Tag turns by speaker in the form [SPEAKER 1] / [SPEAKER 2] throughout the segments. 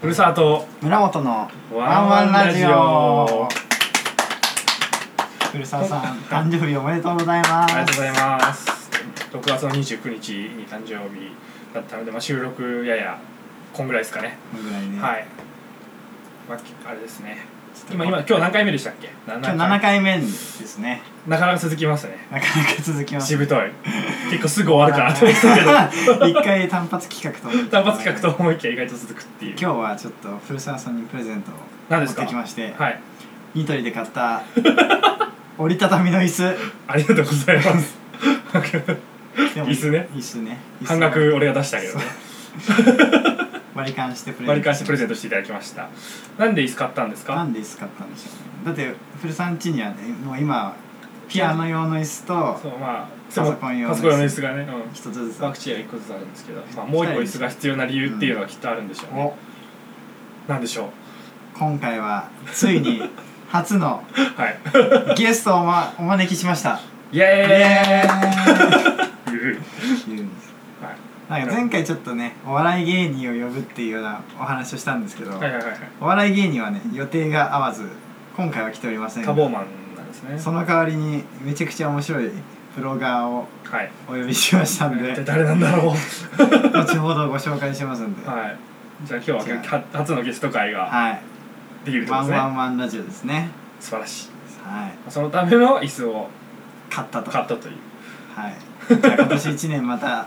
[SPEAKER 1] ふるさと
[SPEAKER 2] 村本の
[SPEAKER 1] ワ
[SPEAKER 2] ワ
[SPEAKER 1] ンワン
[SPEAKER 2] ンワン
[SPEAKER 1] ラ
[SPEAKER 2] ラ
[SPEAKER 1] ジ
[SPEAKER 2] ジ
[SPEAKER 1] オ
[SPEAKER 2] オ。古澤さん、誕生日おめでとうございま
[SPEAKER 1] ありがとう
[SPEAKER 2] す。
[SPEAKER 1] ございます6月の29日に誕生日だったので、まあ、収録ややこんぐらいですかね、
[SPEAKER 2] このぐらいね。
[SPEAKER 1] はい、まあ、きあれですね
[SPEAKER 2] ちょっと
[SPEAKER 1] 今今今日何回目でしたっけ7
[SPEAKER 2] 今日7回目ですね。
[SPEAKER 1] なかなか続きますね
[SPEAKER 2] なかなか続きます。
[SPEAKER 1] しぶとい 結構すぐ終わるかなと思ったけど
[SPEAKER 2] 一回単発企画と思って
[SPEAKER 1] 単発企画と思いきや意外と続くっていう
[SPEAKER 2] 今日はちょっと古澤さんにプレゼントを
[SPEAKER 1] 何
[SPEAKER 2] 持
[SPEAKER 1] で
[SPEAKER 2] っ
[SPEAKER 1] すか
[SPEAKER 2] てきまして、
[SPEAKER 1] はい
[SPEAKER 2] ニトリで買った折りたたみの椅子
[SPEAKER 1] ありがとうございます
[SPEAKER 2] でも
[SPEAKER 1] 椅子ね
[SPEAKER 2] 椅子ね椅子を
[SPEAKER 1] 半額俺が出したけどね
[SPEAKER 2] 割り勘してプレゼント
[SPEAKER 1] 割り返してプレゼントしていただきましたなんで椅子買ったんです
[SPEAKER 2] な
[SPEAKER 1] か
[SPEAKER 2] んで椅子買ったんでしょうねだって古さん家にはねもう今ピアノ用の椅子と
[SPEAKER 1] そうまあ
[SPEAKER 2] パソコン用の
[SPEAKER 1] パソ
[SPEAKER 2] 椅子
[SPEAKER 1] コン用の椅子がね、うん
[SPEAKER 2] 一つずつ
[SPEAKER 1] ワクチンは1個ずつあるんですけど、まあ、もう1個椅子が必要な理由っていうのはきっとあるんでしょうね
[SPEAKER 2] お。
[SPEAKER 1] なんでしょ
[SPEAKER 2] 今回はつ いに初の
[SPEAKER 1] う。はい。
[SPEAKER 2] ゲストをお,、ま、お招きしました
[SPEAKER 1] イエーイ
[SPEAKER 2] イエ
[SPEAKER 1] はい
[SPEAKER 2] ーイなんか前回ちょっとねお笑い芸人を呼ぶっていうようなお話をしたんですけど、
[SPEAKER 1] はいはいはいはい。
[SPEAKER 2] お笑い芸人はね予定が合わず今回は来ておりません
[SPEAKER 1] 多忙マンなんですね。
[SPEAKER 2] その代わりにめちゃくちゃ面白いブロガーを
[SPEAKER 1] はい。
[SPEAKER 2] お呼びしましたんで
[SPEAKER 1] で 誰なんだろう。
[SPEAKER 2] 後ほどご紹介しますんで、
[SPEAKER 1] はい。じゃあ今日は
[SPEAKER 2] じゃあ
[SPEAKER 1] は初のゲスト会が
[SPEAKER 2] はい
[SPEAKER 1] できるってこ
[SPEAKER 2] ワ
[SPEAKER 1] と
[SPEAKER 2] ン
[SPEAKER 1] です
[SPEAKER 2] ワ
[SPEAKER 1] ね。
[SPEAKER 2] ンワンラジオですね。
[SPEAKER 1] 素晴らしい。
[SPEAKER 2] はい。
[SPEAKER 1] そのための椅子を
[SPEAKER 2] 勝ったと。
[SPEAKER 1] 買
[SPEAKER 2] は
[SPEAKER 1] ったという。
[SPEAKER 2] い。じゃあ今年一年またよ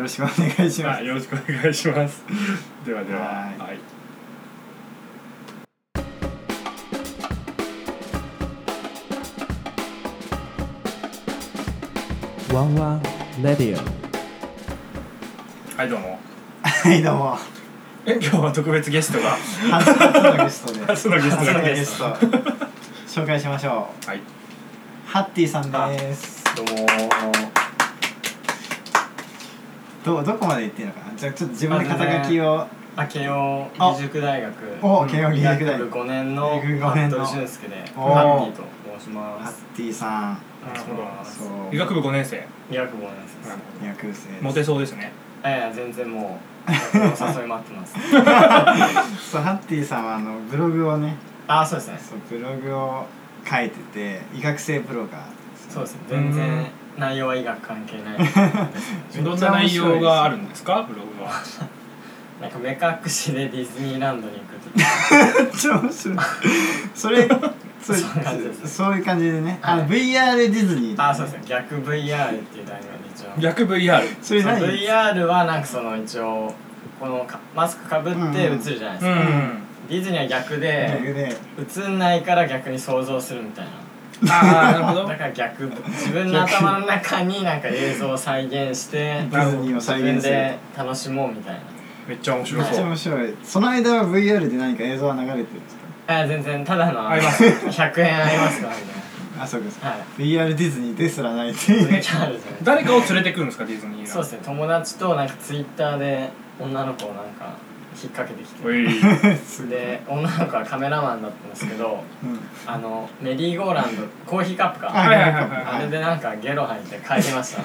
[SPEAKER 2] ろしくお願いしま
[SPEAKER 1] は
[SPEAKER 2] す
[SPEAKER 1] い。。よろしくお願いします。 ではでは。
[SPEAKER 2] はい
[SPEAKER 1] はい。
[SPEAKER 3] ワンワンレディオ
[SPEAKER 1] はい、どうも。
[SPEAKER 2] はい、どうも。
[SPEAKER 1] え、今日は特別ゲストが。
[SPEAKER 2] 初初のゲストで。
[SPEAKER 1] 初のゲストが
[SPEAKER 2] 初のゲスト。紹介しましょ
[SPEAKER 1] はい。
[SPEAKER 2] う。ハッティさんです。
[SPEAKER 4] どうも
[SPEAKER 2] どうどこまで行っていいのかな。じゃあちょっと自分で肩書きを。
[SPEAKER 4] 慶応
[SPEAKER 2] あ
[SPEAKER 4] 義塾大学
[SPEAKER 2] お慶応義塾大学
[SPEAKER 4] 5年の
[SPEAKER 2] 義塾五年の
[SPEAKER 4] 服部俊介で
[SPEAKER 2] お
[SPEAKER 4] ハッピーと申しま
[SPEAKER 2] ハッ
[SPEAKER 4] す
[SPEAKER 2] ティさん。
[SPEAKER 1] なるほ
[SPEAKER 2] そ
[SPEAKER 4] そう
[SPEAKER 2] う。
[SPEAKER 1] 医学部5年生。
[SPEAKER 4] 医学部5年生です
[SPEAKER 2] 医学生です。
[SPEAKER 1] モテそうですね。
[SPEAKER 4] ええ全然もうお誘い待ってます
[SPEAKER 2] そうハッティさんはあのブログをね、
[SPEAKER 4] ああそうですね
[SPEAKER 2] そうブログを書いてて医学生ブロガー。
[SPEAKER 4] そうですね全
[SPEAKER 1] うん
[SPEAKER 4] 然内容は医学関係ないですね
[SPEAKER 1] どんな内容があるんですか、ブログは。
[SPEAKER 4] なんか目隠しでディズニーランドに行くとか
[SPEAKER 2] めっちゃ面白いそれそれ
[SPEAKER 4] そういう感じです
[SPEAKER 2] そういう感じでね、あの
[SPEAKER 4] はい
[SPEAKER 2] VR ディズニー
[SPEAKER 4] ああそうですね逆 VR っていう題名で一応
[SPEAKER 1] 逆 VR。
[SPEAKER 2] それ
[SPEAKER 4] その
[SPEAKER 2] 何
[SPEAKER 4] VR はなんかその一応このかマスクかぶって映るじゃ ないですか、
[SPEAKER 1] うん。
[SPEAKER 4] ディズニーは逆
[SPEAKER 2] 逆
[SPEAKER 4] で
[SPEAKER 2] で
[SPEAKER 4] 映んないから逆に想像するみたいな
[SPEAKER 1] ああ、なる ほど
[SPEAKER 4] だ。から逆自分の頭の中になんか映像を再現して
[SPEAKER 2] ディズニーを
[SPEAKER 4] 自
[SPEAKER 2] 再
[SPEAKER 4] 分
[SPEAKER 2] 現する
[SPEAKER 4] で楽しもうみたいな
[SPEAKER 1] めっちゃ面
[SPEAKER 2] め
[SPEAKER 1] 白
[SPEAKER 2] っ
[SPEAKER 1] そ
[SPEAKER 2] ちゃ
[SPEAKER 1] う。
[SPEAKER 2] 面白いその間は VR で何か映像は流れてるんですか
[SPEAKER 4] あ全然ただの
[SPEAKER 1] 合います
[SPEAKER 4] 100円ありますからみ
[SPEAKER 2] あそうかそう
[SPEAKER 4] たいなはい
[SPEAKER 2] VR ディズニーですらないっていう
[SPEAKER 4] それがあるじゃない
[SPEAKER 1] 誰かを連れてくるんですか、ディズニーランド。
[SPEAKER 4] そうですね友達となんかツイッターで女の子をなんか引っ掛けてき
[SPEAKER 1] お
[SPEAKER 4] て
[SPEAKER 1] い。
[SPEAKER 2] すごい
[SPEAKER 4] で女の子はカメラマンだったんですけど
[SPEAKER 2] うん
[SPEAKER 4] あのメリーゴーランドコーヒーカップか
[SPEAKER 1] はいはいはい
[SPEAKER 4] あ
[SPEAKER 1] は
[SPEAKER 4] れ
[SPEAKER 1] い。
[SPEAKER 4] でなんかゲロ吐いて帰りました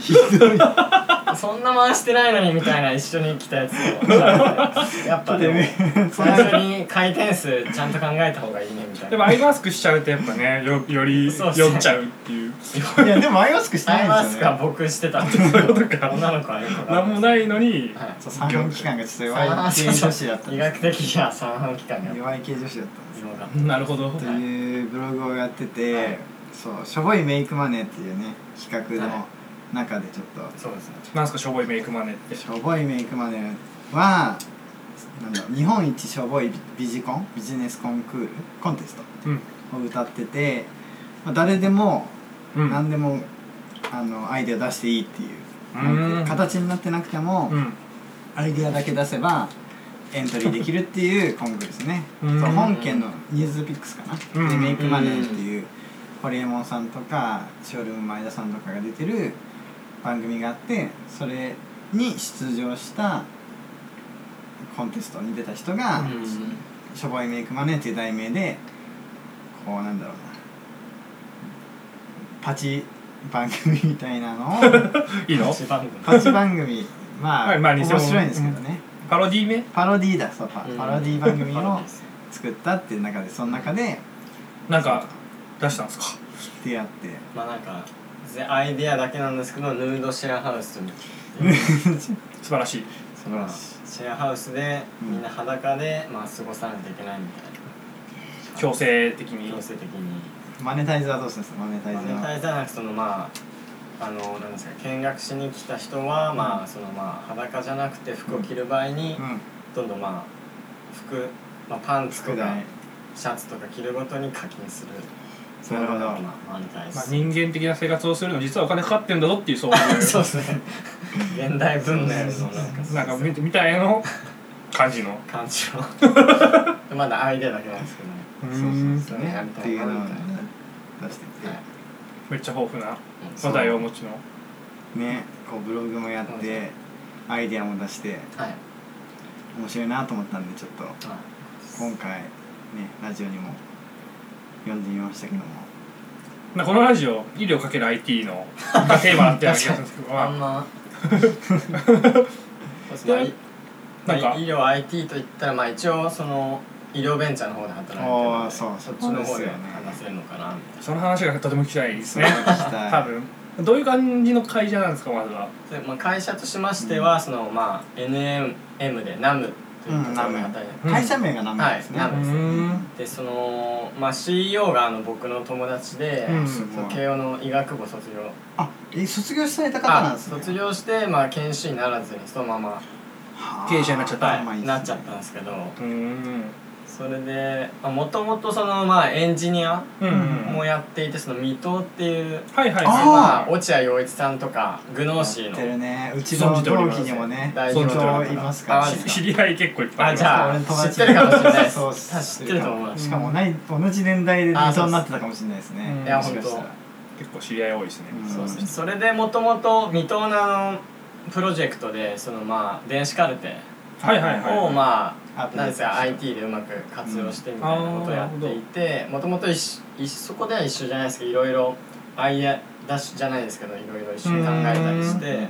[SPEAKER 2] ひどい
[SPEAKER 4] そんな回してないのにみたいな一緒に来たやつをやっぱでも最初に回転数ちゃんと考えた方がいいねみたい
[SPEAKER 1] でも
[SPEAKER 4] な
[SPEAKER 1] アイマスクしちゃうとやっぱね、よより酔
[SPEAKER 4] そう
[SPEAKER 1] っ
[SPEAKER 4] っすね
[SPEAKER 1] ちゃうっていう。
[SPEAKER 2] いやでもアイマスクして
[SPEAKER 4] アイ
[SPEAKER 2] ない
[SPEAKER 4] マ
[SPEAKER 2] んで
[SPEAKER 4] ス
[SPEAKER 2] す
[SPEAKER 4] クは
[SPEAKER 2] よね
[SPEAKER 4] 僕してたんですけど
[SPEAKER 1] そういうことか
[SPEAKER 4] 女の子はよくわか
[SPEAKER 1] なん
[SPEAKER 4] ん
[SPEAKER 1] も
[SPEAKER 4] ない
[SPEAKER 1] ないのに。
[SPEAKER 4] はい
[SPEAKER 2] そう三半期間がちょっと弱い系女子だったん
[SPEAKER 4] 医
[SPEAKER 2] で
[SPEAKER 4] 学的には三半期間
[SPEAKER 2] す
[SPEAKER 4] が
[SPEAKER 2] 弱い系女子だったんです
[SPEAKER 4] すごかっ
[SPEAKER 1] なるほど。
[SPEAKER 2] というブログをやってて、
[SPEAKER 4] はい
[SPEAKER 2] そうしょぼいメイクマネーっていうね企画
[SPEAKER 4] は
[SPEAKER 2] の中でちょっと、
[SPEAKER 4] たそうですね
[SPEAKER 1] なんすか、しょぼいメイクマネって。
[SPEAKER 2] しょぼいメイクマネーはなんだろう日本一しょぼいビジコンビジネスコンクールコンテスト
[SPEAKER 1] うん。
[SPEAKER 2] を歌ってて、まあ、誰でも
[SPEAKER 1] うん。
[SPEAKER 2] 何でも、あのアイデア出していいっていう
[SPEAKER 1] うん
[SPEAKER 2] なんて形になってなくても、
[SPEAKER 1] うん。
[SPEAKER 2] アイデアだけ出せばエントリーできるって いうコンクールですね
[SPEAKER 1] うん
[SPEAKER 2] そう本家の「ニューズピックスかな、
[SPEAKER 1] うん
[SPEAKER 2] でメイクマネーっていうホリエモンさんとかショールーム前田さんとかが出てる番組があってそれに出場したコンテストに出た人が、
[SPEAKER 4] う
[SPEAKER 2] しょぼいメイクマネーっていう題名でこうなんだろうなパチ番組みたいなのを
[SPEAKER 1] いい
[SPEAKER 4] ん
[SPEAKER 1] の
[SPEAKER 4] 一番組
[SPEAKER 2] パチ番組まあ、
[SPEAKER 1] はいまあ偽
[SPEAKER 2] 面
[SPEAKER 1] 物
[SPEAKER 2] 白いんですけどね、
[SPEAKER 1] パパロディーめ
[SPEAKER 2] パロディーだそうパ,、
[SPEAKER 4] うん
[SPEAKER 2] パロディー番組
[SPEAKER 1] パロ
[SPEAKER 2] を
[SPEAKER 1] ディーっす
[SPEAKER 2] 作ったっていう中でその中で
[SPEAKER 1] なんか出したんですか
[SPEAKER 2] 出会って
[SPEAKER 4] まあなんかぜアイディアだけなんですけどヌードシェアハウスという
[SPEAKER 1] 素晴らしい
[SPEAKER 2] 素晴らしい
[SPEAKER 4] シェアハウスで
[SPEAKER 2] うん
[SPEAKER 4] みんな裸で、まあ、過ごさないといけないみた
[SPEAKER 1] 強制的に
[SPEAKER 4] いな強制的に
[SPEAKER 2] マネタイズはどうするんですかマネタイズ
[SPEAKER 4] マネタ
[SPEAKER 2] は
[SPEAKER 4] イズはなくそのまああのなんですか見学しに来た人は、まあそのまあ裸じゃなくて服を着る場合に、
[SPEAKER 2] うん
[SPEAKER 4] どんどんまあ服、まあ、パンツと
[SPEAKER 2] 宿
[SPEAKER 4] か
[SPEAKER 2] 題
[SPEAKER 4] シャツとか着るごとに課金する
[SPEAKER 2] なるほど
[SPEAKER 4] そういうのがまあマネタイズ、
[SPEAKER 1] まあ、人間的な生活をするのに実はお金かかってんだぞっていうそういう
[SPEAKER 4] そうですね現代文明のなんか
[SPEAKER 1] なんかみみたいの感じの
[SPEAKER 4] 感じを まだアイデアだけなんですけど
[SPEAKER 1] う
[SPEAKER 4] ね
[SPEAKER 2] そう
[SPEAKER 1] ーん
[SPEAKER 2] そうそう
[SPEAKER 4] や
[SPEAKER 2] ね
[SPEAKER 4] りた
[SPEAKER 2] っ
[SPEAKER 4] いな
[SPEAKER 2] ていうのを
[SPEAKER 4] みたい
[SPEAKER 2] 出してて、
[SPEAKER 4] はい
[SPEAKER 1] めっちゃ豊富な
[SPEAKER 2] そう
[SPEAKER 1] 話題をお持ちの
[SPEAKER 2] ねこうブログもやっ
[SPEAKER 4] そうそう
[SPEAKER 2] てアイデアも出して
[SPEAKER 4] はい、はい、
[SPEAKER 2] 面白いなと思ったんでちょっと今回ねラジオにも呼んでみましたけども
[SPEAKER 1] なんかこのラジオ医療かける IT のがテーマだったような気がするんですけ ど
[SPEAKER 4] あん
[SPEAKER 1] ま
[SPEAKER 4] まそうです
[SPEAKER 1] で
[SPEAKER 4] ねまあい
[SPEAKER 1] なんか
[SPEAKER 4] まあ医療 IT といったらまあ一応その医療ベンチャーの方で働いてるの
[SPEAKER 2] あー
[SPEAKER 4] で
[SPEAKER 2] そう
[SPEAKER 4] っちの
[SPEAKER 2] そう
[SPEAKER 4] 方
[SPEAKER 2] です
[SPEAKER 4] で
[SPEAKER 2] よね
[SPEAKER 4] 話せるのかなみたい
[SPEAKER 1] あその話がとても聞きたいですね
[SPEAKER 2] 聞きたい
[SPEAKER 1] 多分どういう感じの会社なんですかまずは
[SPEAKER 4] なで、まあ、会社としましては、そのまあ NM で NAM というところで働いて、
[SPEAKER 1] うん
[SPEAKER 2] 会社名が何名ですね、
[SPEAKER 4] は
[SPEAKER 1] う
[SPEAKER 4] い
[SPEAKER 1] ー
[SPEAKER 4] 名
[SPEAKER 1] ん
[SPEAKER 4] でそのまあ CEO があの僕の友達で、
[SPEAKER 1] うん
[SPEAKER 2] すごい
[SPEAKER 4] 慶応の医学部を卒業
[SPEAKER 2] あえ卒業された方なん
[SPEAKER 4] あ
[SPEAKER 2] ですね
[SPEAKER 4] 卒業して、まあ、研修医にならずにそのまま、
[SPEAKER 2] はあ
[SPEAKER 1] 経営者になっちゃった
[SPEAKER 2] まあ
[SPEAKER 4] はいい、
[SPEAKER 2] いすね
[SPEAKER 4] なっちゃったんですけど
[SPEAKER 1] うーん
[SPEAKER 4] それでもともとそのまあエンジニア
[SPEAKER 1] うんうん
[SPEAKER 4] もやっていてその未踏っていう、
[SPEAKER 1] はいはい
[SPEAKER 2] あー
[SPEAKER 1] は
[SPEAKER 4] まあ、落合陽一さんとかグノーシー
[SPEAKER 2] やってる
[SPEAKER 4] の
[SPEAKER 2] ねうちの同期にもね
[SPEAKER 4] 大
[SPEAKER 1] 丈夫
[SPEAKER 2] そういますから
[SPEAKER 4] あ
[SPEAKER 1] い知り合い結構いっぱい
[SPEAKER 4] あじゃあ
[SPEAKER 2] 俺の友達
[SPEAKER 4] 知ってるかもしれないです
[SPEAKER 2] そう
[SPEAKER 4] 知ってると思います
[SPEAKER 2] しかもない同じ年代で理
[SPEAKER 4] あ
[SPEAKER 2] 想になってたかもしれないですね
[SPEAKER 1] いや
[SPEAKER 2] もしかしたら
[SPEAKER 4] 本
[SPEAKER 1] 結構知り合い多いですね
[SPEAKER 2] うん
[SPEAKER 4] そうですねそれでもともと未踏のあのプロジェクトでそのまあ電子カルテ
[SPEAKER 1] はいはいはい
[SPEAKER 4] をま
[SPEAKER 2] ア
[SPEAKER 4] あ
[SPEAKER 2] プリ
[SPEAKER 4] なんですか IT でうまく活用してみたいなことをやっていてもともと一緒一緒そこでは一緒じゃないですけどいろいろアイデアダッシュじゃないですけどいろいろ一緒に考えたりして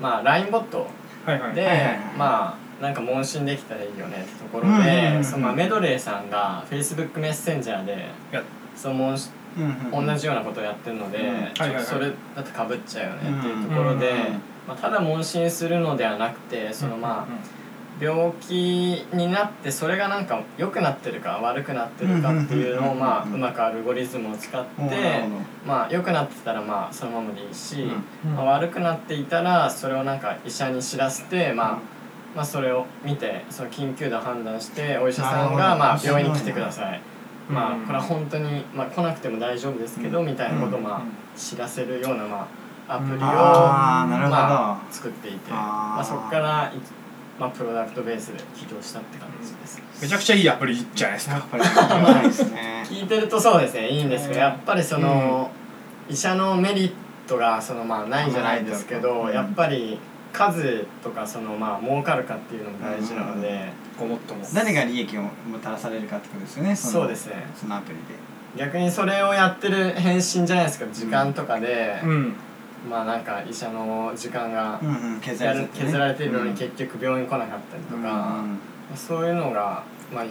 [SPEAKER 4] まあ LINE ボット
[SPEAKER 1] はいはい
[SPEAKER 4] で、
[SPEAKER 2] はいはいはい
[SPEAKER 4] まあなんか問診できたらいいよねってところ
[SPEAKER 2] うんうんうん
[SPEAKER 4] で、
[SPEAKER 2] うん
[SPEAKER 4] そのまあ、メドレーさんが Facebook メッセンジャーで
[SPEAKER 1] や
[SPEAKER 4] その問診
[SPEAKER 2] うんうんうん
[SPEAKER 4] 同じようなことをやってるので、
[SPEAKER 2] うん
[SPEAKER 4] ちょ
[SPEAKER 1] はいは
[SPEAKER 4] っ
[SPEAKER 1] いは
[SPEAKER 4] と
[SPEAKER 1] い
[SPEAKER 4] それだとかぶっちゃうよねっていうところで、
[SPEAKER 1] うんうんうん
[SPEAKER 4] まあ、ただ問診するのではなくてそのまあ病気になってそれがなんか良くなってるか悪くなってるかっていうのを
[SPEAKER 2] うんうんうんうんうん
[SPEAKER 4] まあうまくアルゴリズムを使っ
[SPEAKER 2] おーなる
[SPEAKER 4] て
[SPEAKER 2] ほど
[SPEAKER 4] まあ良くなってたらまあそのままでいいし、
[SPEAKER 1] うん
[SPEAKER 4] まあ、悪くなっていたらそれをなんか医者に知らせてまあ、まあ、それを見てその緊急度判断してお医者さん
[SPEAKER 2] なるほ
[SPEAKER 4] が
[SPEAKER 2] ど
[SPEAKER 4] まあ病院に来てください、
[SPEAKER 1] うん
[SPEAKER 4] まあ、これは本当に、まあ、来なくても大丈夫ですけど、
[SPEAKER 2] うん
[SPEAKER 4] みたいなことをま
[SPEAKER 1] うん
[SPEAKER 4] あ知らせるようなまあアプリを、
[SPEAKER 1] うん
[SPEAKER 2] あーなるほど
[SPEAKER 4] まあ、作っていて
[SPEAKER 2] あー
[SPEAKER 4] まあ、そこからい、まあ、プロダクトベースで起業したって感じです、
[SPEAKER 1] めちゃくちゃいいアプリじゃないですか
[SPEAKER 2] やっぱり面白いです ね
[SPEAKER 4] 聞いてるとそうですねいいんですけど
[SPEAKER 1] うん
[SPEAKER 4] やっぱりその、医者のメリットがそのまあないじゃないですけど、
[SPEAKER 2] うん
[SPEAKER 4] やっぱり数とかそのまあ儲かるかっていうのも大事なので。
[SPEAKER 1] ごもっとも
[SPEAKER 2] 誰が利益をもたらされるかってことですよねの
[SPEAKER 4] そうですね
[SPEAKER 2] そのアプリで
[SPEAKER 4] 逆にそれをやってる返信じゃないですけど時間とかで、
[SPEAKER 1] うん
[SPEAKER 4] まあなんか医者の時間が
[SPEAKER 2] うんうん削
[SPEAKER 4] や
[SPEAKER 2] られ
[SPEAKER 4] る
[SPEAKER 2] てね
[SPEAKER 4] 削られてるの
[SPEAKER 2] う
[SPEAKER 4] に
[SPEAKER 2] ん
[SPEAKER 4] 結局病院来なかったりとか、
[SPEAKER 2] うん
[SPEAKER 4] そういうのがまあ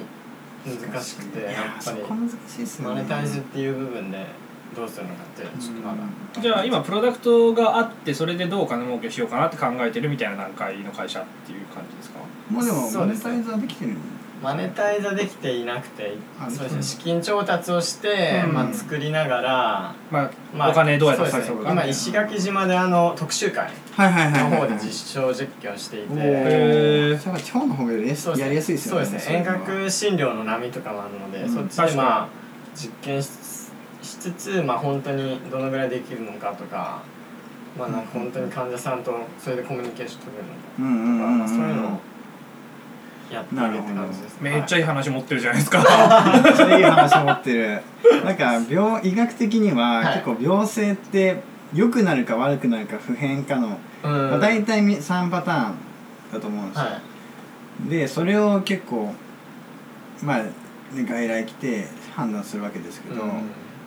[SPEAKER 4] 難しくて
[SPEAKER 2] いや
[SPEAKER 4] やっぱ
[SPEAKER 2] そ
[SPEAKER 4] り
[SPEAKER 2] こ難しいですね
[SPEAKER 4] マネタイズっていう部分でどうするのかっていうのはちょっとまだ、
[SPEAKER 2] うん
[SPEAKER 1] じゃあ今プロダクトがあってそれでどうお金儲けしようかなって考えてるみたいな段階の会社っていう感じですか
[SPEAKER 2] もうでも
[SPEAKER 4] そ
[SPEAKER 2] マ
[SPEAKER 4] う
[SPEAKER 2] ネ
[SPEAKER 4] ですね
[SPEAKER 2] タイズはできてるの
[SPEAKER 4] マネタイズはできていなくて
[SPEAKER 2] あ
[SPEAKER 4] そうです
[SPEAKER 2] うん
[SPEAKER 4] ね資金調達をして、
[SPEAKER 1] うん
[SPEAKER 4] まあ作りながら、
[SPEAKER 1] まあ
[SPEAKER 4] まあ、
[SPEAKER 1] お金どうやって
[SPEAKER 4] そう
[SPEAKER 1] 稼
[SPEAKER 4] です
[SPEAKER 1] ぐ
[SPEAKER 4] ね
[SPEAKER 1] か
[SPEAKER 4] 今石垣島であの特集会
[SPEAKER 2] はいはい
[SPEAKER 4] の方で実証実況していて、
[SPEAKER 2] お
[SPEAKER 1] へ
[SPEAKER 2] ー
[SPEAKER 1] ー
[SPEAKER 2] だから地方の方がやりやす
[SPEAKER 4] そう
[SPEAKER 2] やりやすいですよね
[SPEAKER 4] そうですね遠隔診療の波とかもあるので、
[SPEAKER 2] うん
[SPEAKER 4] そっち
[SPEAKER 1] 確か
[SPEAKER 4] で
[SPEAKER 1] に
[SPEAKER 4] まあ実験しつつしつつまあ本当にどのぐらいできるのかとかまあなんか本当に患者さんとそれでコミュニケーション取
[SPEAKER 2] うんうん
[SPEAKER 4] れるのかとか、
[SPEAKER 2] うん
[SPEAKER 4] まあ、そういうの
[SPEAKER 2] ん
[SPEAKER 4] をやっているって感じです
[SPEAKER 1] めっちゃ
[SPEAKER 4] はい
[SPEAKER 1] いい話持ってるじゃないですか
[SPEAKER 2] そういう話持ってる なんか病医学的には
[SPEAKER 4] はい
[SPEAKER 2] 結構病性って良くなるか悪くなるか不変かの、
[SPEAKER 4] い、うん
[SPEAKER 2] まあ、大体み3パターンだと思うんですよ、
[SPEAKER 4] は
[SPEAKER 2] でそれを結構まあ、ね、外来来て判断するわけですけ
[SPEAKER 4] い
[SPEAKER 2] ど、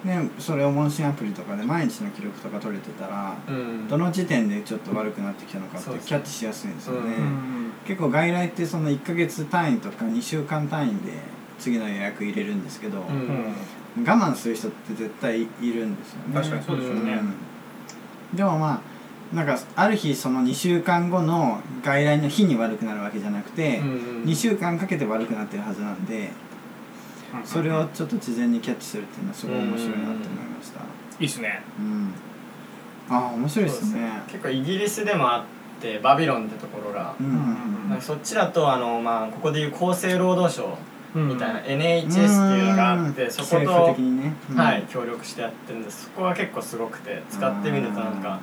[SPEAKER 2] ね、それを問診アプリとかで毎日の記録とか取れてたら
[SPEAKER 4] うん、うん
[SPEAKER 2] どの時点でちょっと悪くなってきたのかって
[SPEAKER 4] そうですね
[SPEAKER 2] キャッチしやすいんですよね
[SPEAKER 4] うん
[SPEAKER 2] 結構外来ってその1ヶ月単位とか2週間単位で次の予約入れるんですけど、
[SPEAKER 4] う
[SPEAKER 2] 我
[SPEAKER 4] ん
[SPEAKER 2] 慢する人って絶対いるんですよね
[SPEAKER 1] 確かにそうですよね、
[SPEAKER 2] うんでもまあなんかある日その2週間後の外来の日に悪くなるわけじゃなくて、
[SPEAKER 4] うん
[SPEAKER 2] 2週間かけて悪くなってるはずなんで
[SPEAKER 1] うん
[SPEAKER 2] それをちょっと事前にキャッチするっていうのはすごい面白いなと思いました
[SPEAKER 1] いいっすね
[SPEAKER 2] うん、ああ面白いですね
[SPEAKER 4] 結構イギリスでもあってバビロンってところが
[SPEAKER 2] う、んうん
[SPEAKER 4] なんかそっちだとあの、まあ、ここでいう厚生労働省みたいな、
[SPEAKER 1] うん
[SPEAKER 4] NHS っていうのがあって、
[SPEAKER 2] うん
[SPEAKER 4] そこと、
[SPEAKER 2] 政府的にね、うん
[SPEAKER 4] はい、協力してやってるんですそこは結構すごくて使ってみるとなんか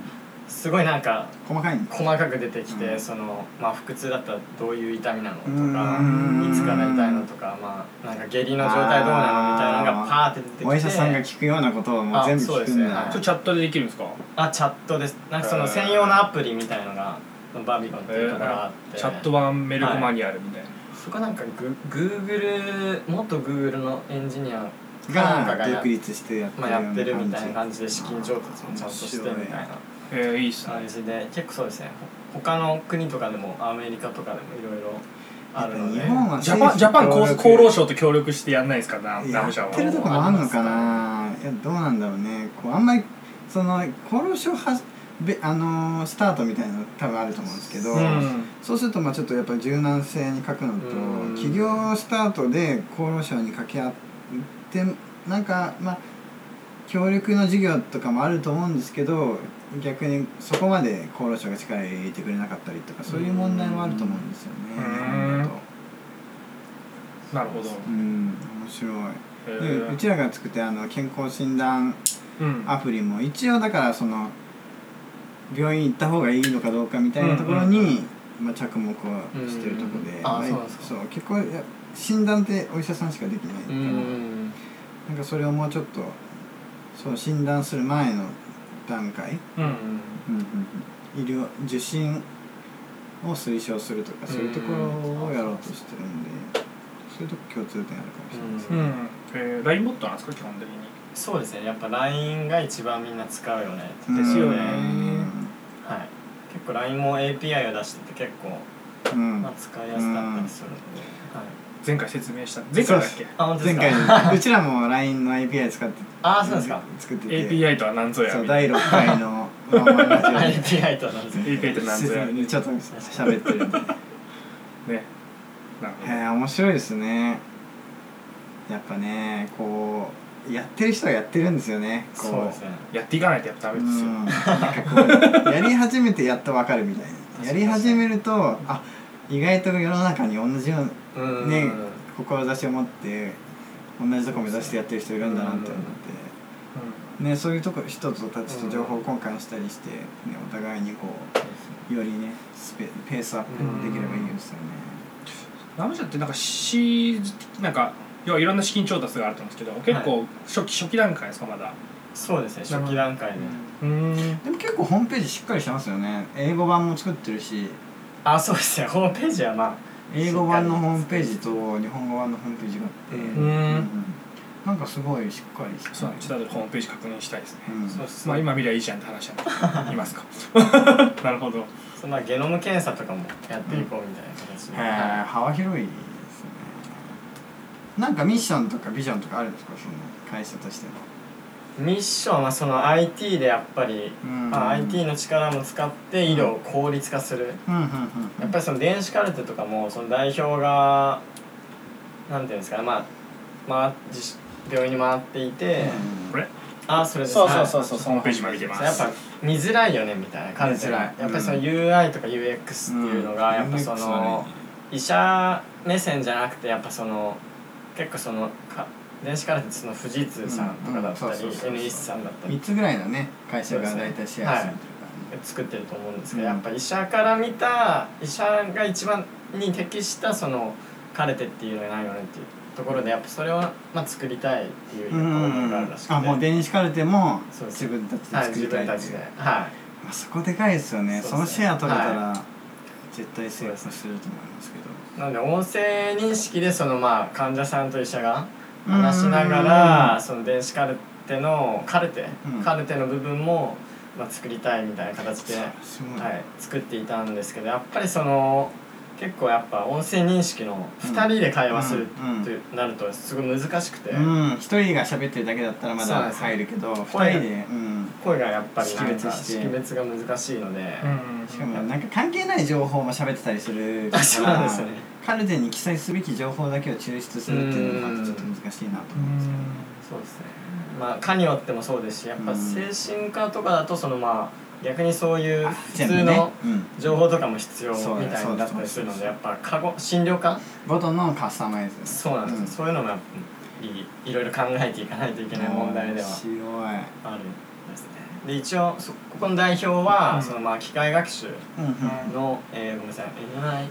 [SPEAKER 4] すごいなんか
[SPEAKER 2] 細かいんだ
[SPEAKER 4] 細かく出てきて、
[SPEAKER 2] うん
[SPEAKER 4] そのまあ腹痛だったらどういう痛みなのとか、
[SPEAKER 2] うん
[SPEAKER 4] いつから痛いのとかまあなんか下痢の状態どうなのみたいなのがパーって出てきて
[SPEAKER 2] お医者さんが聞くようなことをもう全部
[SPEAKER 4] あそ
[SPEAKER 2] 聞
[SPEAKER 4] うで
[SPEAKER 2] く
[SPEAKER 4] す
[SPEAKER 2] ん
[SPEAKER 4] ね
[SPEAKER 2] だ、
[SPEAKER 4] はい
[SPEAKER 1] それチャットでできるんですか
[SPEAKER 4] あチャットですなんかその専用のアプリみたいのがバビロンっていうところがあって、
[SPEAKER 1] チャット版メルクマニュアルみたいな、
[SPEAKER 4] そこなんかググーグル元グーグルのエンジニアなんか
[SPEAKER 2] が
[SPEAKER 4] がや,、
[SPEAKER 2] 独立してやって
[SPEAKER 4] まあ、
[SPEAKER 2] るような感じ
[SPEAKER 4] やってるみたいな感じで資金調達もちゃんとしてみたいな
[SPEAKER 1] えー、いいっすね
[SPEAKER 4] 感じで結構そうですねほ他の国とかでもアメリカとかでもいろいろあるので
[SPEAKER 2] やっぱ日本は
[SPEAKER 1] ジャパンジャパン厚
[SPEAKER 2] 政府
[SPEAKER 1] 厚労省と協力してやんないですかなナ
[SPEAKER 2] や
[SPEAKER 1] ムシャン
[SPEAKER 2] っ
[SPEAKER 1] は
[SPEAKER 2] てるとこもあんのかないやどうなんだろうねこうあんまりその厚労省はべあのースタートみたいなの多分あると思うんですけど、
[SPEAKER 1] うん
[SPEAKER 2] そうするとまあちょっとやっぱり柔軟性に欠くのと
[SPEAKER 4] うん
[SPEAKER 2] 企業スタートで厚労省に掛け合ってなんかまあ協力の事業とかもあると思うんですけど逆にそこまで厚労省が力入れてくれなかったりとかそういう問題もあると思うんですよね。
[SPEAKER 1] うん
[SPEAKER 2] 日本だと
[SPEAKER 1] なるほど、
[SPEAKER 2] うん面白い
[SPEAKER 1] え
[SPEAKER 2] で
[SPEAKER 1] ー
[SPEAKER 2] うちらが作ってあの健康診断
[SPEAKER 1] うん
[SPEAKER 2] アプリも一応だからその病院行った方がいいのかどうかみたいなところに、
[SPEAKER 1] うんうん
[SPEAKER 2] まあ、着目をしてるところで、
[SPEAKER 4] うんうんあ
[SPEAKER 2] ま
[SPEAKER 4] そうなんですか
[SPEAKER 2] そう結構いや診断ってお医者さんしかできないか
[SPEAKER 4] う
[SPEAKER 2] ら、
[SPEAKER 4] ん
[SPEAKER 2] なんかそれをもうちょっとその診断する前の段階、
[SPEAKER 1] う
[SPEAKER 4] うんん
[SPEAKER 2] 医療受診を推奨するとかそういうところをやろうとしてるんで、そういうとこ共通点あるかもしれないです
[SPEAKER 1] う
[SPEAKER 2] ね。
[SPEAKER 1] んえー、LINE ボットなんですか基本的に
[SPEAKER 4] そうですねやっぱ LINE が一番みんな使うよね
[SPEAKER 2] うん
[SPEAKER 1] ですよね
[SPEAKER 4] はい結構 LINE も API を出してて結構、
[SPEAKER 2] うん
[SPEAKER 4] まあ、使いやすかったりするので、はい、
[SPEAKER 1] 前回説明した前回だっけ
[SPEAKER 4] あ本当で
[SPEAKER 2] 前
[SPEAKER 4] すか
[SPEAKER 2] 回 うちらも LINE の API 使って
[SPEAKER 4] あーそうなんですか
[SPEAKER 2] 作ってて
[SPEAKER 1] API とは何ぞや
[SPEAKER 2] そう
[SPEAKER 1] みたい
[SPEAKER 2] 第6回の「ワンワンラジオ」で
[SPEAKER 4] API となんですね
[SPEAKER 1] API とは何ぞやね
[SPEAKER 2] ちょっと喋ってるんで
[SPEAKER 1] なるほ
[SPEAKER 2] へえ面白いですねやっぱねこうやってる人はやってるんですよねこ
[SPEAKER 4] そうですね
[SPEAKER 1] どやっていかないとやっぱダメですよ
[SPEAKER 2] うんなんかこうやり始めてやっとわかるみたいなやり始めるとあ意外と世の中に同じような
[SPEAKER 4] うん
[SPEAKER 2] ね志を持って同じとこ目指してやってる人いるんだなって思って。ね、そういうとこ人とたちと情報交換したりして、ね、お互いにこうよりねスペペースアップできればいいですよね。
[SPEAKER 1] ナムシャってなんかしなんか要はいろんな資金調達があると思うんですけど結構初期初期段階ですかまだ
[SPEAKER 4] そうですね初期段階で、
[SPEAKER 1] うん
[SPEAKER 2] でも結構ホームページしっかりしてますよね英語版も作ってるし
[SPEAKER 4] あそうですねホームページはま
[SPEAKER 2] 英語版のホームページと日本語版のホームページがあって、
[SPEAKER 4] うん
[SPEAKER 2] なんかすごいしっかりして
[SPEAKER 1] そうちょっと後でホームページ確認したいですね
[SPEAKER 2] うん
[SPEAKER 4] あそうです
[SPEAKER 1] まあ
[SPEAKER 4] ね、
[SPEAKER 1] 今見りゃいいじゃんって話なんでいますかなるほど
[SPEAKER 4] そのまあゲノム検査とかもやっていこうみたいな形で、
[SPEAKER 2] へえ
[SPEAKER 4] は
[SPEAKER 2] 幅広いですねなんかミッションとかビジョンとかあるんですかその会社としての。
[SPEAKER 4] いミッションはその IT でやっぱり、
[SPEAKER 2] うん
[SPEAKER 4] まあ、IT の力も使って医療を効率化する、
[SPEAKER 2] うんうんうん
[SPEAKER 4] やっぱりその電子カルテとかもその代表がなんていうんですかねまあ、まあ、自主病院に回っていて、
[SPEAKER 1] これ
[SPEAKER 4] あそれです
[SPEAKER 1] そうそうそう
[SPEAKER 4] は
[SPEAKER 1] そうホームページも見てま
[SPEAKER 4] いやっ
[SPEAKER 1] す
[SPEAKER 4] ぱ見づらいよねみたいなカルテが
[SPEAKER 2] 見づらい
[SPEAKER 4] やっぱりその
[SPEAKER 2] うん
[SPEAKER 4] UI とか UX っていうのがやっぱそ
[SPEAKER 2] UX は
[SPEAKER 4] の
[SPEAKER 2] ね
[SPEAKER 4] 医者目線じゃなくてやっぱその結構そのか電子カルテってその富士通さんとかだった
[SPEAKER 2] うん
[SPEAKER 4] り
[SPEAKER 2] うんそうそうそうそう
[SPEAKER 4] NEC さんだった
[SPEAKER 2] 3
[SPEAKER 4] り
[SPEAKER 2] つぐらいのね会社が大体シェアするというか
[SPEAKER 4] 作ってると思うんですけど
[SPEAKER 2] うん
[SPEAKER 4] やっぱ医者から見た医者が一番に適したそのカルテっていうのがないよねっていうところでやっぱそれをまあ作りたいっていう思いがあるらしくて
[SPEAKER 2] あもう電子カルテも
[SPEAKER 4] そうです
[SPEAKER 2] 自分たちで
[SPEAKER 4] はい
[SPEAKER 2] 作
[SPEAKER 4] 自
[SPEAKER 2] りたいってい
[SPEAKER 4] 分
[SPEAKER 2] う
[SPEAKER 4] たちではい
[SPEAKER 2] まあ、そこでかいですよねそ
[SPEAKER 4] そう
[SPEAKER 2] の
[SPEAKER 4] です
[SPEAKER 2] シ
[SPEAKER 4] ね
[SPEAKER 2] ェア取れたら、
[SPEAKER 4] は
[SPEAKER 2] 絶対成功すると思いますけど
[SPEAKER 4] なので音声認識でそのまあ患者さんと医者が
[SPEAKER 2] うん
[SPEAKER 4] 話しながらその電子カルテのカルテ、
[SPEAKER 2] うん
[SPEAKER 4] カルテの部分もまあ作りたいみたいな形で、は
[SPEAKER 2] すごい、
[SPEAKER 4] い、作っていたんですけどやっぱりその結構やっぱ音声認識の2人で会話するとなるとすごい難しくて、
[SPEAKER 2] うん一人が喋ってるだけだったらま
[SPEAKER 4] そうなん
[SPEAKER 2] だ
[SPEAKER 4] ですよ
[SPEAKER 2] 入るけど二人
[SPEAKER 4] 声
[SPEAKER 2] で、うん、
[SPEAKER 4] 声がやっぱりなんか
[SPEAKER 2] 識別して
[SPEAKER 4] 識別が難しいので、
[SPEAKER 2] しかもなんか関係ない情報も喋ってたりするか
[SPEAKER 4] あ そうなん
[SPEAKER 2] ら
[SPEAKER 4] ですよね
[SPEAKER 2] カルテに記載すべき情報だけを抽出するっていうのがちょっと難しいなと思うんですけど
[SPEAKER 4] そうですねまあ科によってもそうですしやっぱ精神科とかだとそのまあ逆にそういう
[SPEAKER 2] あ
[SPEAKER 4] 普
[SPEAKER 2] 全
[SPEAKER 4] 通
[SPEAKER 2] 部
[SPEAKER 4] の
[SPEAKER 2] ね、うん、
[SPEAKER 4] 情報とかも必要
[SPEAKER 2] そうだ
[SPEAKER 4] み
[SPEAKER 2] ね
[SPEAKER 4] たいになったりするの
[SPEAKER 2] そう
[SPEAKER 4] で
[SPEAKER 2] だ
[SPEAKER 4] や
[SPEAKER 2] ね
[SPEAKER 4] っぱ過去診療科
[SPEAKER 2] ごとのカスタマイズ
[SPEAKER 4] そうなんですよ、そういうのもやっぱりいろいろ考えていかないといけない問題では
[SPEAKER 2] 白い
[SPEAKER 4] あるんですねで一応そここの代表は、
[SPEAKER 1] うん
[SPEAKER 4] そのまあ機械学習
[SPEAKER 2] うんうん
[SPEAKER 4] の、えーごめんなさい NI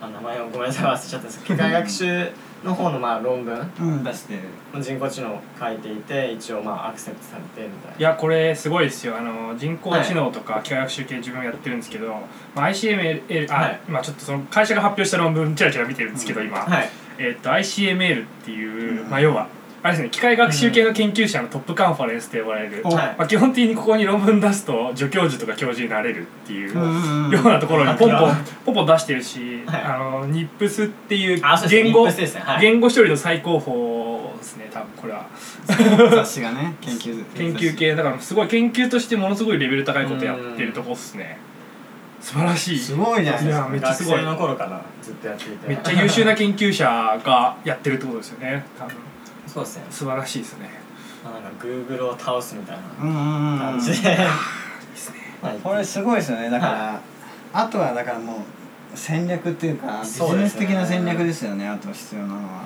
[SPEAKER 4] あ名前をごめんなさい忘れちゃったんですけど機械学習の方のまあ論文
[SPEAKER 2] うん、出してる
[SPEAKER 4] 人工知能を書いていて一応まあアクセプトされてみたい
[SPEAKER 1] いやこれすごいですよあの人工知能とか機械学習系自分やってるんですけど、まあ、ICML あ、
[SPEAKER 4] はい
[SPEAKER 1] 今ちょっとその会社が発表した論文ちらちら見てるんですけど今、
[SPEAKER 4] なはい
[SPEAKER 1] えっと ICML っていう、
[SPEAKER 2] うん
[SPEAKER 1] まあ、要はあれですね機械学習系の研究者のトップカンファレンスと呼ばれる、
[SPEAKER 2] お
[SPEAKER 4] はい
[SPEAKER 1] まあ、基本的にここに論文出すと助教授とか教授になれるっていう。
[SPEAKER 2] うん
[SPEAKER 1] ようなところにポンポ
[SPEAKER 4] う
[SPEAKER 1] ン
[SPEAKER 4] ん
[SPEAKER 1] ポンポン出してるし、
[SPEAKER 4] はい
[SPEAKER 1] あのニップスっていう
[SPEAKER 4] あそうです
[SPEAKER 1] 言語
[SPEAKER 4] ニップスですねはい
[SPEAKER 1] 言語処理の最高峰ですね多分これは
[SPEAKER 2] 雑誌がね研究
[SPEAKER 1] 研究系だからすごい研究としてものすごいレベル高いことやってるとこっすね素晴らしい
[SPEAKER 2] すごいじゃないです
[SPEAKER 1] いや
[SPEAKER 2] か
[SPEAKER 1] めっちゃ
[SPEAKER 4] 学
[SPEAKER 1] すごい
[SPEAKER 4] 生の頃からずっとやっていて
[SPEAKER 1] めっちゃ優秀な研究者がやってるってことですよね多分
[SPEAKER 4] そうですね
[SPEAKER 1] 素晴らしいですね
[SPEAKER 4] まあなんか Google を倒すみたい
[SPEAKER 2] うんう
[SPEAKER 4] な
[SPEAKER 2] んうん
[SPEAKER 4] 感
[SPEAKER 2] うん
[SPEAKER 4] じ で、まあ
[SPEAKER 2] これすごいですよねだから、あとはだからもう戦略っていうかビ
[SPEAKER 4] そ
[SPEAKER 2] ジ
[SPEAKER 4] う
[SPEAKER 2] ネ
[SPEAKER 4] で
[SPEAKER 2] ス
[SPEAKER 4] すね
[SPEAKER 2] 的な戦略ですよねあと必要なのは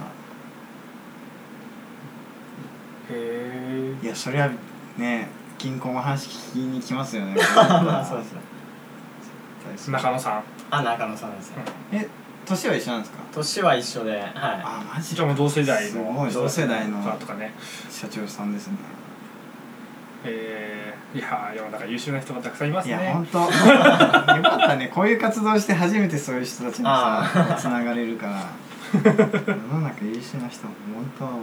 [SPEAKER 1] へ
[SPEAKER 2] いやそりゃね銀行も話聞きに来ますよね
[SPEAKER 4] まあそうですね
[SPEAKER 1] え中野さん
[SPEAKER 4] あ中野さんですね
[SPEAKER 2] え年は一緒なんですか
[SPEAKER 4] 年は一緒では
[SPEAKER 2] あマジ
[SPEAKER 1] じゃあもう同世代
[SPEAKER 2] すご
[SPEAKER 1] の
[SPEAKER 2] い同世代の
[SPEAKER 1] とかね
[SPEAKER 2] 社長さんですね
[SPEAKER 1] えー、いやー世の中優秀な人がたくさんいます
[SPEAKER 2] い
[SPEAKER 1] ね
[SPEAKER 2] や本当よかったねこういう活動して初めてそういう人たちにさ
[SPEAKER 4] あ
[SPEAKER 2] つながれるから世の中優秀な人も本当は多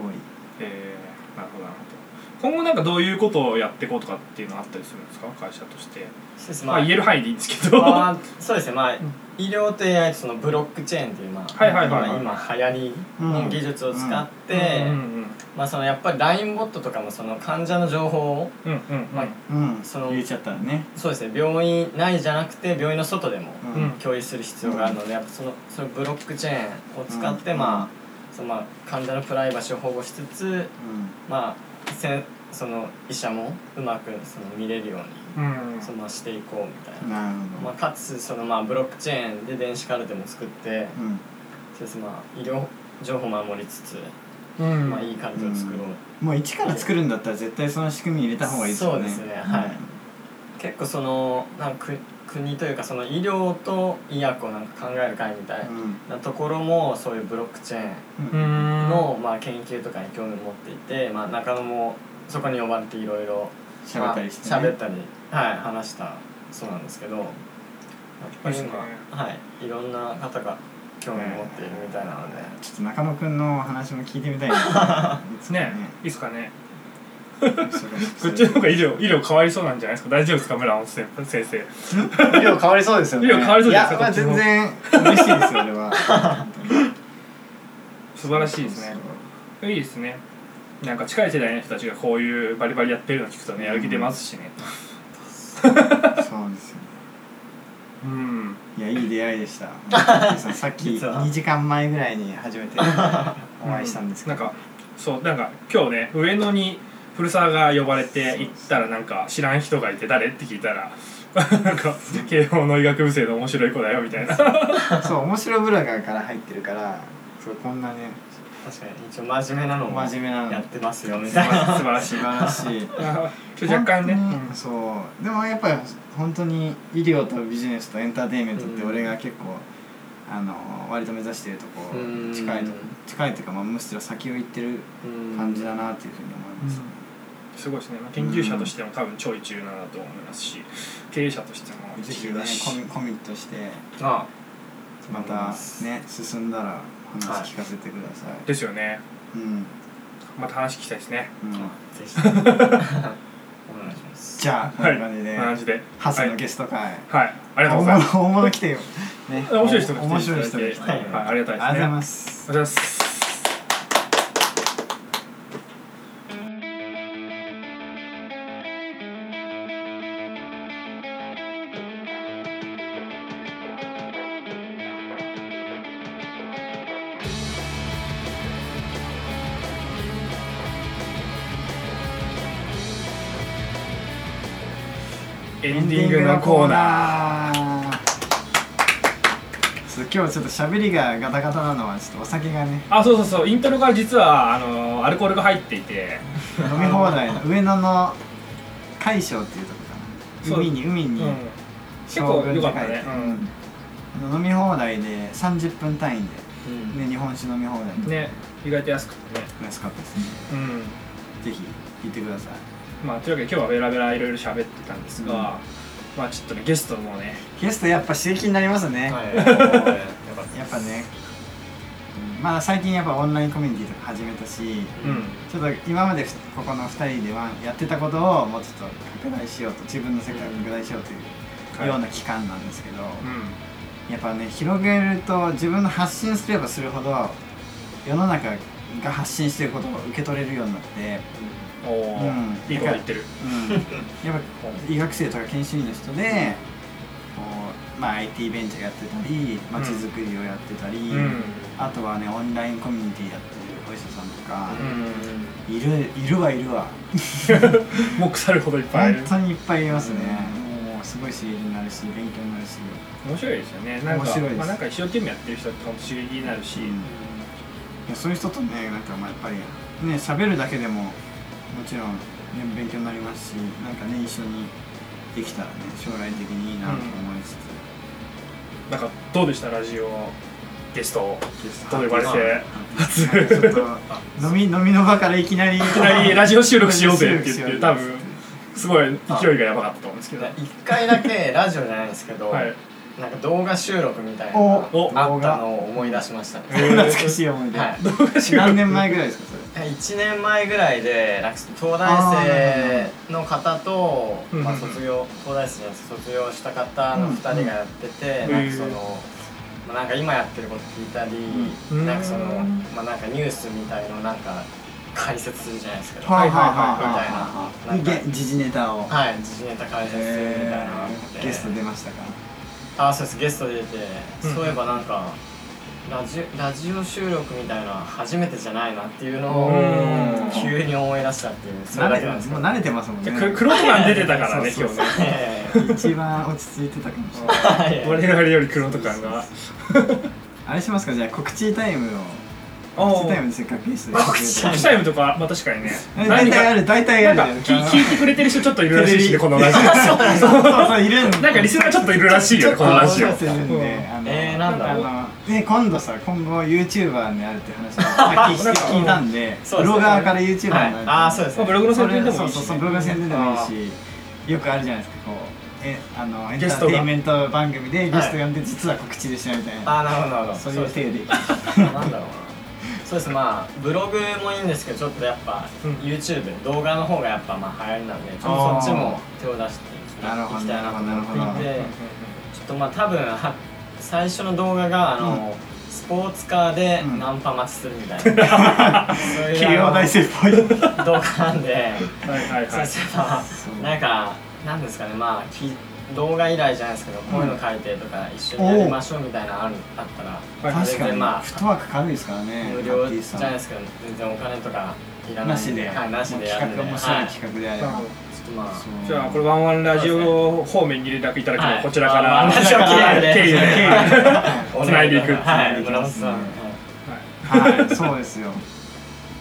[SPEAKER 1] えー、なるほどなるほど今後なんかどういうことをやっていこうとかいのあったりするんですか会社として、
[SPEAKER 4] いそうです
[SPEAKER 1] ま
[SPEAKER 4] ま
[SPEAKER 1] あ、
[SPEAKER 4] あ
[SPEAKER 1] 言える範囲でいいんですけど、
[SPEAKER 4] まあそうですねまあ
[SPEAKER 1] ん
[SPEAKER 4] 医療と AI とそのブロックチェーンっていうまあ
[SPEAKER 1] はいはいはいはい
[SPEAKER 4] 今今流行りの技術を使って、
[SPEAKER 1] うんうん
[SPEAKER 4] まあそのやっぱり LINE ボットとかもその患者の情報を
[SPEAKER 1] うんうんうん
[SPEAKER 4] まあ
[SPEAKER 2] いうん
[SPEAKER 4] その
[SPEAKER 2] 言っちゃったらね
[SPEAKER 4] そうですね病院内じゃなくて病院の外でも
[SPEAKER 2] う
[SPEAKER 1] うん
[SPEAKER 2] ん
[SPEAKER 4] 共有する必要があるのでやっぱそのそのブロックチェーンを使って、
[SPEAKER 2] うん
[SPEAKER 4] まあそのまあ患者のプライバシーを保護しつつまあせんその医者もうまくその見れるよう
[SPEAKER 1] う
[SPEAKER 4] に、
[SPEAKER 1] んうん
[SPEAKER 4] そのまあしていこうみたいな
[SPEAKER 2] う。んなる
[SPEAKER 4] まあ、
[SPEAKER 2] ほ
[SPEAKER 4] かつそのまあブロックチェーンで電子カルテも作って
[SPEAKER 2] どうん
[SPEAKER 4] そうですまあ医療情報を守りつつ、
[SPEAKER 1] うん
[SPEAKER 4] まあ、いいカルテを作ろう、
[SPEAKER 2] うもう一から作るんだったら絶対その仕組み入れた方がいいですよね
[SPEAKER 4] そうですねはい結構そのなんかく国というかその医療と医薬をなんか考える会みたい
[SPEAKER 2] うん
[SPEAKER 4] なところもそういうブロックチェ
[SPEAKER 1] う
[SPEAKER 2] う
[SPEAKER 1] ん
[SPEAKER 4] ーン
[SPEAKER 1] ん
[SPEAKER 4] のまあ研究とかに興味を持っていて、まあ、中野もそこに呼ばれていろいろ
[SPEAKER 2] 喋、ったりして、ね
[SPEAKER 4] まあ喋ったり、はい、話したそうなんですけどやっぱり
[SPEAKER 1] です
[SPEAKER 4] 今、
[SPEAKER 1] ね
[SPEAKER 4] はい、いろんな方が興味を持っているみたいなので。
[SPEAKER 2] ちょっと中野くんのお話も聞いてみたいですねいつか
[SPEAKER 1] ねいいっすかね
[SPEAKER 2] 忙しくす
[SPEAKER 1] こ
[SPEAKER 2] る
[SPEAKER 1] っちの方が医療医療変わりそうなんじゃないですか大丈夫ですか村本先生医
[SPEAKER 2] 医療変わりそうですよね
[SPEAKER 1] 医療変わりそうじゃないで
[SPEAKER 2] いや
[SPEAKER 1] す
[SPEAKER 2] ま
[SPEAKER 1] か
[SPEAKER 2] あ全然嬉しいですよ俺は
[SPEAKER 1] 素晴らしいですねいいですねなんか近い世代の人たちがこういうバリバリやってるの聞くとねやる気出ますしね
[SPEAKER 2] そうそうですよね
[SPEAKER 1] うん
[SPEAKER 2] いやいい出会いでしたさっき
[SPEAKER 4] 実は
[SPEAKER 2] 2時間前ぐらいに初めてお会いしたんですけど、
[SPEAKER 1] うなんかそうなんか今日ね上野に古澤が呼ばれて行ったらなんか知らん人がいて誰って聞いたらなんか慶応の医学部生の面白い子だよみたい な
[SPEAKER 2] そう面白ブラガーから入ってるからそうこんなね
[SPEAKER 4] 確かに一応真面目なのも
[SPEAKER 2] 真面目なの
[SPEAKER 4] やってますよみ
[SPEAKER 1] 素
[SPEAKER 4] たいな
[SPEAKER 1] 晴らし
[SPEAKER 2] 素
[SPEAKER 1] い
[SPEAKER 2] 晴らしい
[SPEAKER 1] あちょっと若干ね、
[SPEAKER 2] 本当にそうでもやっぱり本当に医療とビジネスとエンターテインメントって
[SPEAKER 4] うん
[SPEAKER 2] 俺が結構、あの割と目指してるとこ
[SPEAKER 4] うん
[SPEAKER 2] 近いと近いというか、まあ、むしろ先を行ってる感じだなっていうふうに思いますね、
[SPEAKER 1] すごいですね、まあ、研究者としても多分超一流なんだと思いますし経営者としても
[SPEAKER 2] ぜ
[SPEAKER 1] 一
[SPEAKER 2] ひ
[SPEAKER 1] 流
[SPEAKER 2] ね
[SPEAKER 1] だし
[SPEAKER 2] コミコミットして
[SPEAKER 4] あ
[SPEAKER 2] またね進んだら話聞かせてください、
[SPEAKER 1] ですよね
[SPEAKER 2] うん、
[SPEAKER 1] また話聞きたいですね
[SPEAKER 2] うん、
[SPEAKER 4] あぜひ お願いします
[SPEAKER 2] じゃあこんな感じで、
[SPEAKER 1] 同じで
[SPEAKER 2] ハスのゲスト会、
[SPEAKER 1] はいありがとうございます
[SPEAKER 2] 本物本物来てよね
[SPEAKER 1] 面白い人が
[SPEAKER 2] 面
[SPEAKER 1] 来て
[SPEAKER 2] 白い
[SPEAKER 1] いた
[SPEAKER 2] 人
[SPEAKER 1] だ
[SPEAKER 2] が
[SPEAKER 1] い
[SPEAKER 2] 来
[SPEAKER 1] て、
[SPEAKER 2] て
[SPEAKER 1] はい、はいありがたい
[SPEAKER 2] あり
[SPEAKER 1] ですね。
[SPEAKER 2] がとうございます
[SPEAKER 1] おはようございます。エンディングのコーナー。
[SPEAKER 2] そう今日ちょっと喋りがガタガタなのはちょっとお酒 がね
[SPEAKER 1] あ、そうそうそう、イントロから実は、あのアルコールが入っていて。
[SPEAKER 2] 飲み放題の上野の海将っていうとこか
[SPEAKER 1] そ
[SPEAKER 2] な
[SPEAKER 1] う
[SPEAKER 2] 海に海
[SPEAKER 1] う
[SPEAKER 2] に
[SPEAKER 1] ん、結構良かった
[SPEAKER 2] 将軍
[SPEAKER 1] ね
[SPEAKER 2] て。
[SPEAKER 1] うん
[SPEAKER 2] うんあの飲み放題で30分単位
[SPEAKER 4] うん
[SPEAKER 2] で、ね、日本酒飲み放題とか
[SPEAKER 1] ね意外と安くてね
[SPEAKER 2] 安かったですね
[SPEAKER 1] うん
[SPEAKER 2] ぜひ行ってください
[SPEAKER 1] まあというわけで今日はベラベラいろいろ喋ってたんですが、
[SPEAKER 2] うん
[SPEAKER 1] まあちょっとねゲストもね
[SPEAKER 2] ゲストやっぱ刺激になりますね、
[SPEAKER 4] はい、やっぱ
[SPEAKER 2] やっぱね、うんまあ最近やっぱオンラインコミュニティとか始めたし
[SPEAKER 1] うん、
[SPEAKER 2] ちょっと今までふここの2人ではやってたことをもうちょっと拡大しようと自分の世界を拡大しようというような期間なんですけど、
[SPEAKER 1] う
[SPEAKER 2] やっぱね広げると自分の発信すればするほど世の中が発信してることを受け取れるようにな って、
[SPEAKER 1] んおお、
[SPEAKER 2] うん
[SPEAKER 1] いいこと言ってる
[SPEAKER 2] うん、やっぱ医学生とか研修医の人でこう、まあ、IT ベンチャーやってたりまちづくりをやってたり、
[SPEAKER 1] うんうん
[SPEAKER 2] あとはねオンラインコミュニティやってるお医者さんとか、いるいるはいるわ
[SPEAKER 1] もう腐るほどいっぱいいる
[SPEAKER 2] 本当にいっぱいいますね、もうすごい刺激になるし勉強になるし、
[SPEAKER 1] 面白いですよねなんか
[SPEAKER 2] 面白いです
[SPEAKER 1] まあ、なんか一生懸命やってる人って本当刺激になるし、
[SPEAKER 2] うんいやそういう人とねなんかまあやっぱりね喋るだけでももちろん、ね、勉強になりますしなんかね一緒にできたらね将来的にいいなと思いつつ、
[SPEAKER 1] なんかどうでしたラジオゲスト
[SPEAKER 2] ゲス
[SPEAKER 1] と呼ばれて
[SPEAKER 2] 初ちょっと飲み飲みの場からいきなりいき
[SPEAKER 1] いきなりラジオ収
[SPEAKER 2] 収
[SPEAKER 1] 録しようぜって言って多分すごい勢いがやばかったと思うんですけど
[SPEAKER 4] 一回だけラジオじゃないですけど、
[SPEAKER 1] はい
[SPEAKER 4] なんか動画収録みたいな
[SPEAKER 2] お
[SPEAKER 1] お
[SPEAKER 4] あったのを思い出しましたね。
[SPEAKER 2] 懐かしい思い出、
[SPEAKER 4] はい
[SPEAKER 1] 動画収録
[SPEAKER 2] 何年前ぐらいですかそれ
[SPEAKER 4] 1年前ぐらいでなんか東大生の方と
[SPEAKER 1] うん
[SPEAKER 4] まあ、卒業東大生じゃなくて卒業した方の2人がやってて、
[SPEAKER 1] うん
[SPEAKER 4] なんかその、まあ、なんか今やってること聞いたり、
[SPEAKER 1] うん
[SPEAKER 4] なんかその、
[SPEAKER 1] うん
[SPEAKER 4] まあ、なんかニュースみたいのなんか解説するじゃないですか、
[SPEAKER 1] はいはい
[SPEAKER 4] はいはい
[SPEAKER 2] みたいな時事ネタを、
[SPEAKER 4] はい時事ネタ解説するみたいなのがあっ
[SPEAKER 2] え
[SPEAKER 4] て
[SPEAKER 2] ーゲスト出ましたか
[SPEAKER 4] あそうですゲスト出て、
[SPEAKER 1] うん
[SPEAKER 4] そういえばなんかラジラジオ収録みたいなのは初めてじゃないなっていうの
[SPEAKER 1] う
[SPEAKER 4] を
[SPEAKER 1] ん
[SPEAKER 4] 急に思い出したっていうそれ
[SPEAKER 2] 慣れ
[SPEAKER 4] だけ
[SPEAKER 2] て
[SPEAKER 4] なん
[SPEAKER 2] ま
[SPEAKER 4] で
[SPEAKER 2] すす
[SPEAKER 4] け
[SPEAKER 2] も
[SPEAKER 4] ど
[SPEAKER 2] う慣れてますもん
[SPEAKER 1] じ
[SPEAKER 2] ね
[SPEAKER 1] ゃあクローマン出てたからね
[SPEAKER 2] そ
[SPEAKER 1] 今
[SPEAKER 2] う
[SPEAKER 1] 日
[SPEAKER 2] そうそう
[SPEAKER 1] ね
[SPEAKER 2] 一番落ち着いてたかもしれない
[SPEAKER 4] はい
[SPEAKER 1] 我々よりクロート感が
[SPEAKER 2] あれしますかじゃあ告知タイムを告
[SPEAKER 1] おー
[SPEAKER 2] 知タイムでせっかくゲスト
[SPEAKER 4] 告知タイ
[SPEAKER 1] タイムとかまあ確かにね
[SPEAKER 2] 大体ある大体あ
[SPEAKER 1] な
[SPEAKER 2] る
[SPEAKER 1] んか聞聞いてくれてる人ちょっといるらしいしねこのラジ オ
[SPEAKER 2] そうそうそういるん
[SPEAKER 1] なんかリスナーちょっといるらしいよねこのラジオ
[SPEAKER 2] そうそういるん
[SPEAKER 1] うん
[SPEAKER 2] であの
[SPEAKER 4] えーなんだろう
[SPEAKER 2] あのね今度さ今後 YouTuber になるって話をさっき聞いて聞いたんで
[SPEAKER 4] そう
[SPEAKER 2] ブ
[SPEAKER 4] ですね
[SPEAKER 2] ロガーから YouTuber になる
[SPEAKER 4] はいあーそうですね
[SPEAKER 1] ブログの宣伝でも
[SPEAKER 2] そ
[SPEAKER 1] いうい
[SPEAKER 2] そう
[SPEAKER 1] し
[SPEAKER 2] そう
[SPEAKER 1] ね
[SPEAKER 2] ブログの宣伝でもいいしよくあるじゃないですかこうえあのエンタ
[SPEAKER 1] ゲスト
[SPEAKER 2] ー
[SPEAKER 1] が
[SPEAKER 2] テインメント番組でゲスト呼んで実は告知でしたみたいな
[SPEAKER 4] あーなるほ どなるほど
[SPEAKER 2] そういう
[SPEAKER 4] です
[SPEAKER 2] 手で
[SPEAKER 4] なんだろうなそうですまあブログもいいんですけどちょっとやっぱ、
[SPEAKER 1] うん
[SPEAKER 4] YouTube 動画の方がやっぱまあ流行りなんでちょっ
[SPEAKER 2] あ
[SPEAKER 4] と
[SPEAKER 2] ー
[SPEAKER 4] そっちも手を出していき
[SPEAKER 2] なるほど
[SPEAKER 4] いきたいなと思
[SPEAKER 2] なる
[SPEAKER 4] っ
[SPEAKER 2] ほ
[SPEAKER 4] てい
[SPEAKER 2] ど
[SPEAKER 4] てちょっとまあ多分は最初の動画があの、スポーツカーで
[SPEAKER 2] うん
[SPEAKER 4] ナンパ待ちするみたいな、そういう
[SPEAKER 2] 慶応
[SPEAKER 4] あ
[SPEAKER 2] 大生っぽい
[SPEAKER 4] の動画なんで
[SPEAKER 1] はいはい
[SPEAKER 4] そ
[SPEAKER 1] は
[SPEAKER 4] う
[SPEAKER 1] い
[SPEAKER 4] すれば
[SPEAKER 2] そう
[SPEAKER 4] なんかなんですかねまあき動画以来じゃないですけど、こういうの書いてとか一緒にやりましょうみたいなのあるあったら
[SPEAKER 1] はい
[SPEAKER 2] 確
[SPEAKER 4] 全
[SPEAKER 2] かに、
[SPEAKER 4] 然まあ
[SPEAKER 2] フットワーク軽いですからね
[SPEAKER 4] 無
[SPEAKER 2] ハ
[SPEAKER 4] 料
[SPEAKER 2] ッ
[SPEAKER 4] じ
[SPEAKER 2] ピー
[SPEAKER 4] ゃ
[SPEAKER 2] さん
[SPEAKER 4] ないですけど全然お金とかいらない
[SPEAKER 2] なしで、
[SPEAKER 4] はい、なしでやるん
[SPEAKER 2] 企
[SPEAKER 4] で
[SPEAKER 2] 画面白い
[SPEAKER 4] はいちょ
[SPEAKER 2] 企画であれば、
[SPEAKER 1] はい
[SPEAKER 4] っとまあ
[SPEAKER 2] そう
[SPEAKER 1] じゃあこれワンワンラジオ方面に連絡いただくのはこちらから、
[SPEAKER 4] はい
[SPEAKER 1] はい
[SPEAKER 4] あーワンワンラジオ
[SPEAKER 1] 経
[SPEAKER 4] 経由で
[SPEAKER 1] 由で
[SPEAKER 4] お願
[SPEAKER 1] 繋いでいく
[SPEAKER 4] は
[SPEAKER 2] 繋いで
[SPEAKER 4] い
[SPEAKER 2] いき
[SPEAKER 4] 村
[SPEAKER 2] ま
[SPEAKER 4] 本
[SPEAKER 2] す
[SPEAKER 4] さん、はい
[SPEAKER 2] はいそうですよ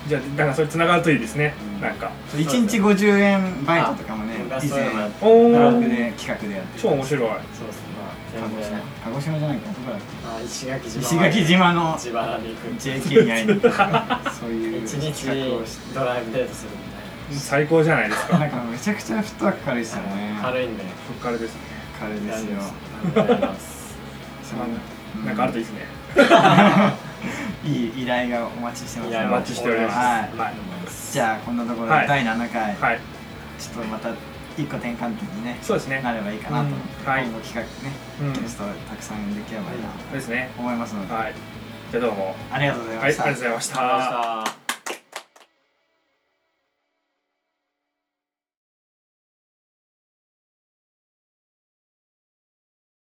[SPEAKER 1] じゃあだからそれ繋がるといいですね、
[SPEAKER 2] うん
[SPEAKER 1] なんか
[SPEAKER 2] 一日50円バイトとかもね
[SPEAKER 4] 僕は
[SPEAKER 2] 以
[SPEAKER 4] そういうのもや
[SPEAKER 2] 前
[SPEAKER 4] って
[SPEAKER 1] おお
[SPEAKER 2] ブログで企画でやって
[SPEAKER 1] 超面白い
[SPEAKER 4] そうですねま
[SPEAKER 2] 鹿
[SPEAKER 4] あ
[SPEAKER 2] 児
[SPEAKER 4] 全
[SPEAKER 2] 島
[SPEAKER 4] 然
[SPEAKER 2] 鹿児島じゃないかどこだっけ
[SPEAKER 4] まあ石垣島
[SPEAKER 2] 石垣島の
[SPEAKER 4] 自腹で行く
[SPEAKER 2] JK に会いに行くとか ねそういう
[SPEAKER 4] 一
[SPEAKER 2] 企画をして
[SPEAKER 4] 日ドライブデートするみたい
[SPEAKER 1] 最高じゃないですか
[SPEAKER 2] なんかめちゃくちゃフットワーク軽いですよね
[SPEAKER 4] な軽いんで
[SPEAKER 1] そっからですね
[SPEAKER 2] 軽いです よ
[SPEAKER 4] やります
[SPEAKER 2] そう
[SPEAKER 1] なんかあるといいですね、
[SPEAKER 2] いい依頼がお待ちしてます
[SPEAKER 4] い
[SPEAKER 2] ので
[SPEAKER 4] や
[SPEAKER 1] お待ちしております
[SPEAKER 2] はい
[SPEAKER 1] はい
[SPEAKER 2] じゃあこんなところで
[SPEAKER 1] はい
[SPEAKER 2] 第7回
[SPEAKER 1] はい
[SPEAKER 2] ちょっとまた一個転換点にね
[SPEAKER 1] そうですね
[SPEAKER 2] なればいいかなと思って、
[SPEAKER 1] うんはい
[SPEAKER 2] 今後企画ね、
[SPEAKER 1] うん
[SPEAKER 2] テストたくさんできればいいなと
[SPEAKER 1] ですね
[SPEAKER 2] 思いますので、
[SPEAKER 1] はいじゃあどうも
[SPEAKER 2] ありがとうござい
[SPEAKER 1] はいあ
[SPEAKER 2] ま
[SPEAKER 1] りがとう
[SPEAKER 2] した。
[SPEAKER 1] ございまし
[SPEAKER 4] ありがとうございま
[SPEAKER 1] た
[SPEAKER 4] した